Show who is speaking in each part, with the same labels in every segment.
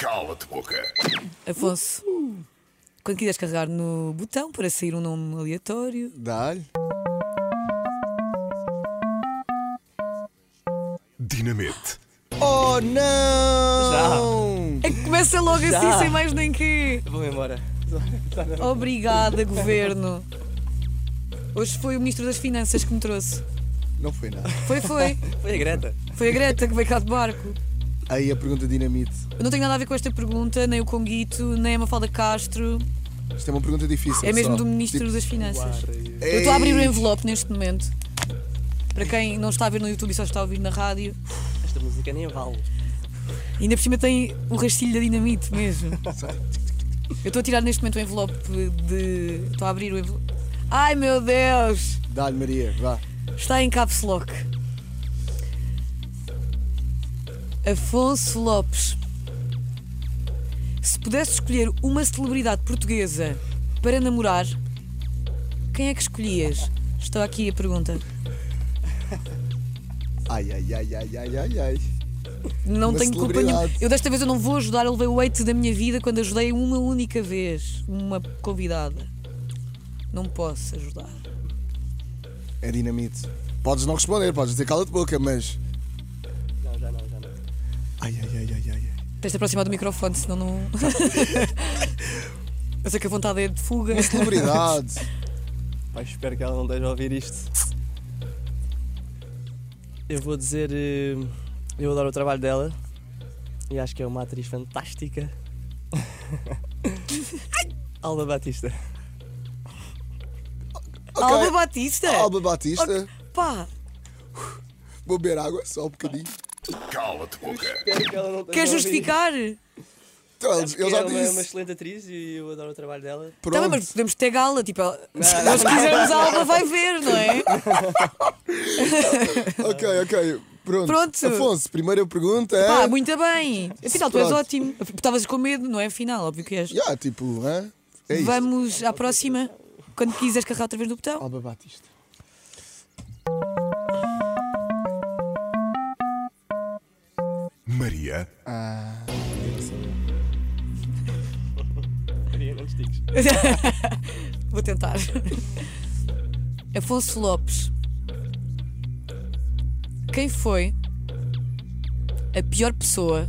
Speaker 1: Cala-te boca.
Speaker 2: Afonso, quando quiseres carregar no botão para sair um nome aleatório,
Speaker 3: Dá-lhe.
Speaker 1: Dinamite.
Speaker 3: Oh não!
Speaker 4: não!
Speaker 2: é que começa logo assim,
Speaker 4: Já.
Speaker 2: sem mais nem quê.
Speaker 4: Vou embora.
Speaker 2: Obrigada, governo. Hoje foi o Ministro das Finanças que me trouxe.
Speaker 3: Não foi nada.
Speaker 2: Foi, foi.
Speaker 4: Foi a Greta.
Speaker 2: Foi a Greta que veio cá de barco.
Speaker 3: Aí a pergunta dinamite.
Speaker 2: Eu não tenho nada a ver com esta pergunta, nem o Conguito, nem a Mafalda Castro.
Speaker 3: Isto é uma pergunta difícil.
Speaker 2: É mesmo do
Speaker 3: pessoal.
Speaker 2: Ministro
Speaker 3: Tipo,
Speaker 2: das Finanças.
Speaker 4: é
Speaker 2: Eu estou a abrir o envelope neste momento. Para quem não está a ver no YouTube e só está a ouvir na rádio.
Speaker 4: Esta música nem vale.
Speaker 2: E ainda por cima tem o rastilho da dinamite mesmo. Eu estou a tirar neste momento o envelope de. Estou a abrir o envelope. Ai meu Deus!
Speaker 3: Dá-lhe Maria, vá.
Speaker 2: Está em caps lock. Afonso Lopes. Se pudesse escolher uma celebridade portuguesa para namorar, quem é que escolhias? Estou aqui a pergunta.
Speaker 3: Ai, ai, ai, ai, ai, ai, ai.
Speaker 2: Não
Speaker 3: Uma
Speaker 2: tenho culpa
Speaker 3: celebridade.
Speaker 2: nenhuma. Eu desta vez eu não vou ajudar, eu levei o weight da minha vida quando ajudei uma única vez uma convidada. Não posso ajudar.
Speaker 3: É dinamite. Podes não responder, podes dizer cala-te boca, mas.
Speaker 4: Não, já não, já não.
Speaker 3: Ai, ai, ai, ai, ai. ai.
Speaker 2: Tens de aproximar do microfone, senão não. eu sei que a vontade é de fuga.
Speaker 3: Celebridade.
Speaker 4: Pai, espero que ela não esteja a ouvir isto. Eu vou dizer. eh, Eu adoro o trabalho dela. E acho que é uma atriz fantástica. Alba Batista.
Speaker 3: Ok.
Speaker 2: Alba Batista!
Speaker 3: Alba Batista.
Speaker 2: Pá!
Speaker 3: Vou beber água só um bocadinho.
Speaker 1: Cala-te boca.
Speaker 4: Espero que ela não esteja
Speaker 2: Quer
Speaker 4: a ouvir.
Speaker 2: justificar? Tá
Speaker 3: Então,
Speaker 4: Acho que
Speaker 3: eu já
Speaker 4: é uma, uma
Speaker 3: disse.
Speaker 4: excelente atriz e eu adoro o trabalho dela.
Speaker 3: Pronto.
Speaker 2: bem, mas podemos ter gala, tipo, ela-
Speaker 4: Não,
Speaker 2: se
Speaker 4: não,
Speaker 2: nós
Speaker 4: não.
Speaker 2: quisermos a Alba vai ver, não é?
Speaker 3: Ok, ok. Pronto.
Speaker 2: Pronto.
Speaker 3: Afonso, primeira pergunta é.
Speaker 2: Pá, muito bem! Afinal, tu és
Speaker 3: Pronto.
Speaker 2: ótimo. Estavas com medo, não é? Afinal, óbvio que és.
Speaker 3: Yeah, tipo, hã? é isso.
Speaker 2: Vamos à próxima. Quando quiseres carregar outra vez no botão.
Speaker 3: Alba Batista.
Speaker 1: Maria.
Speaker 4: Maria, não distingues.
Speaker 2: Vou tentar. Afonso Lopes. Quem foi a pior pessoa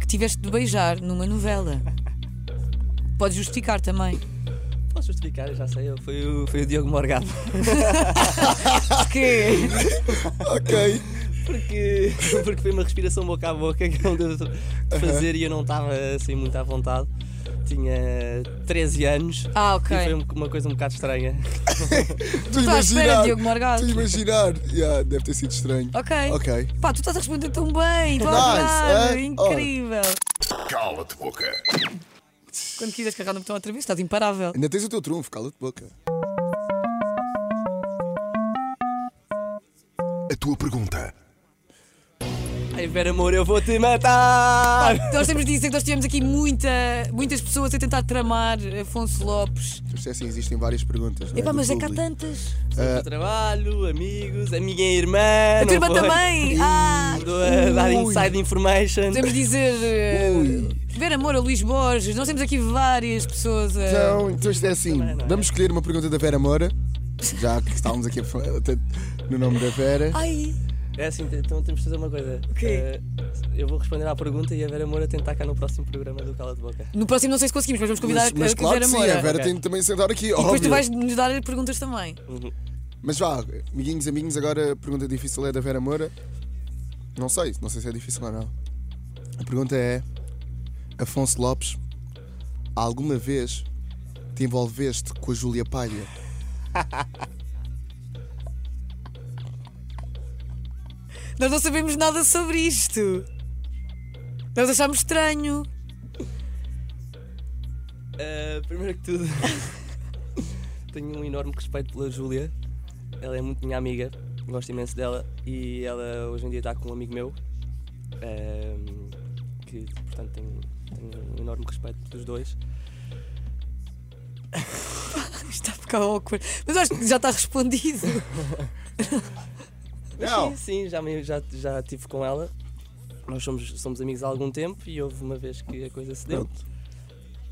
Speaker 2: que tiveste de beijar numa novela? Podes justificar também.
Speaker 4: Posso justificar, eu já sei. eu- Foi o, foi o Diogo Morgado.
Speaker 2: Porquê?
Speaker 3: Ok.
Speaker 4: Porque, porque foi uma respiração boca a boca que não deu de fazer e eu não estava assim muito à vontade. Tinha 13 anos
Speaker 2: Ah,
Speaker 4: e
Speaker 2: ok.
Speaker 4: foi um- uma coisa um bocado estranha.
Speaker 3: Tu
Speaker 2: Estou à espera,
Speaker 3: imaginar.
Speaker 2: Diogo Morgado.
Speaker 3: Tu imaginar. Yeah, deve ter sido estranho.
Speaker 2: Ok.
Speaker 3: Ok.
Speaker 2: Pá, tu estás a responder tão bem. Vá
Speaker 3: Nice,
Speaker 2: lá,
Speaker 3: eh?
Speaker 2: Incrível.
Speaker 1: Cala-te boca.
Speaker 2: Quando quiseres carregar no botão outra vez, estás imparável.
Speaker 3: Ainda tens o teu trunfo, cala-te boca.
Speaker 1: A tua pergunta.
Speaker 4: Ai, Vera Moura, eu vou te matar!
Speaker 2: Nós temos de dizer que nós tivemos aqui muita, muitas pessoas a tentar tramar Afonso Lopes.
Speaker 3: Tu disseste, assim, existem várias perguntas. Não
Speaker 2: Epá,
Speaker 3: do
Speaker 2: mas é que há
Speaker 3: público. Ah,
Speaker 2: tantas.
Speaker 4: Sobre o trabalho, amigos, a minha irmã.
Speaker 2: A tua
Speaker 4: não
Speaker 2: irmã
Speaker 4: foi?
Speaker 2: também! Ah!
Speaker 4: Estou a dar
Speaker 3: Ui.
Speaker 4: inside information.
Speaker 2: Podemos dizer. eh,
Speaker 3: Ui.
Speaker 2: Ver amor a Luís Borges, nós temos aqui várias pessoas a.
Speaker 3: Então, então isto é assim.
Speaker 4: Também não é.
Speaker 3: Vamos escolher uma pergunta da Vera Moura. Já que estávamos aqui a falar até no nome da Vera.
Speaker 2: Ai!
Speaker 4: É assim, t- então temos de fazer uma coisa.
Speaker 2: quê?
Speaker 4: Eh, eu vou responder à pergunta e a Vera Moura tentar cá no próximo programa do Cala de Boca.
Speaker 2: No próximo não sei se conseguimos, mas vamos convidar
Speaker 3: Mas,
Speaker 2: a-
Speaker 3: mas
Speaker 2: a
Speaker 3: claro
Speaker 2: Vera
Speaker 3: que sim,
Speaker 2: Moura.
Speaker 3: a Vera
Speaker 4: Ok.
Speaker 3: tem de também sentar aqui,
Speaker 2: E depois
Speaker 3: óbvio.
Speaker 2: tu vais nos dar perguntas também.
Speaker 4: Uhum.
Speaker 3: Mas vá, amiguinhos, amiguinhos, agora a pergunta difícil é da Vera Moura. Não sei, não sei se é difícil ou não. A pergunta é: Afonso Lopes, alguma vez te envolveste com a Júlia Palha?
Speaker 2: Nós não sabemos nada sobre isto. Nós achámos estranho.
Speaker 4: Eh, primeiro que tudo, tenho um enorme respeito pela Júlia. Ela é muito minha amiga, gosto imenso dela e ela hoje em dia está com um amigo meu. ehm, que, portanto, tenho, tenho um enorme respeito dos dois.
Speaker 2: Isto está a ficar awkward. Mas eu acho que já está respondido.
Speaker 4: Mas Sim, sim, já, me- já, já estive com ela. Nós somos, somos amigos há algum tempo e houve uma vez que a coisa se deu.
Speaker 3: Pronto.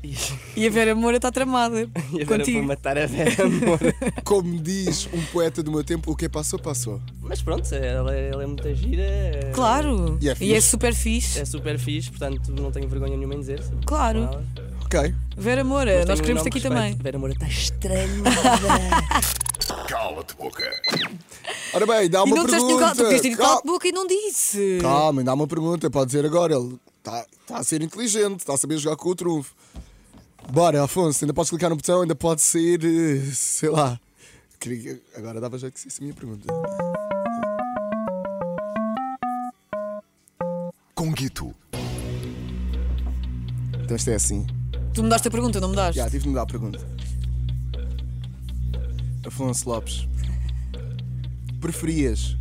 Speaker 4: E,
Speaker 2: E a Vera Moura está tramada.
Speaker 4: e agora
Speaker 2: Contigo.
Speaker 4: vou matar a Vera Moura.
Speaker 3: Como diz um poeta do meu tempo, o que passou, passou.
Speaker 4: Mas pronto, ela, é- ela é muito gira. é-
Speaker 2: Claro.
Speaker 3: E é
Speaker 2: e é
Speaker 3: fixe.
Speaker 2: super fixe.
Speaker 4: É super fixe, portanto não tenho vergonha nenhuma em dizer.
Speaker 2: Claro.
Speaker 4: Ela-
Speaker 3: Ok.
Speaker 2: Vera Moura,
Speaker 4: mas tenho
Speaker 2: nós
Speaker 4: um
Speaker 2: queremos-te
Speaker 4: enorme
Speaker 2: aqui
Speaker 4: respeito.
Speaker 2: também.
Speaker 4: Vera Moura está
Speaker 1: Cala-te boca.
Speaker 3: Ora bem, dá
Speaker 2: E
Speaker 3: uma
Speaker 2: não disseste nenhum calo.
Speaker 3: pergunta.
Speaker 2: Tu podias ter dito
Speaker 3: Cal-
Speaker 2: cala boca e não disse.
Speaker 3: Calma, dá uma pergunta, pode dizer agora. Ele está a ser inteligente, está a saber jogar com o trunfo. Bora, Afonso, ainda podes clicar no botão, ainda pode sair, eh, sei lá. Queria- Agora dava já que isso é a minha pergunta.
Speaker 1: Conguito.
Speaker 3: Então isto é assim.
Speaker 2: Tu me daste a pergunta, não me daste?
Speaker 3: Já, tive de mudar a pergunta. Afonso Lopes, preferias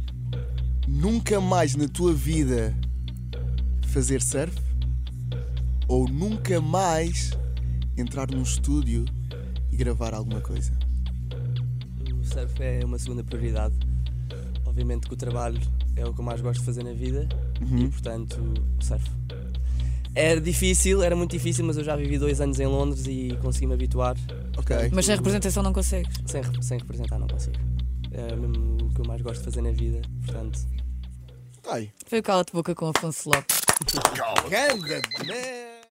Speaker 3: nunca mais na tua vida fazer surf ou nunca mais entrar num estúdio e gravar alguma coisa?
Speaker 4: O surf é uma segunda prioridade. Obviamente que o trabalho é o que eu mais gosto de fazer na vida
Speaker 3: Uhum.
Speaker 4: e, portanto, surf. Era difícil, era muito difícil, mas eu já vivi dois anos em Londres e consegui me habituar.
Speaker 3: Ok.
Speaker 2: Mas sem representação não consegues.
Speaker 4: Sem, re- sem representar, não consigo. É mesmo o que eu mais gosto de fazer na vida, portanto.
Speaker 3: Tá aí.
Speaker 2: Foi o Cala-te Boca com Afonso Lopes.
Speaker 1: Cala-te.
Speaker 3: Ganda merda!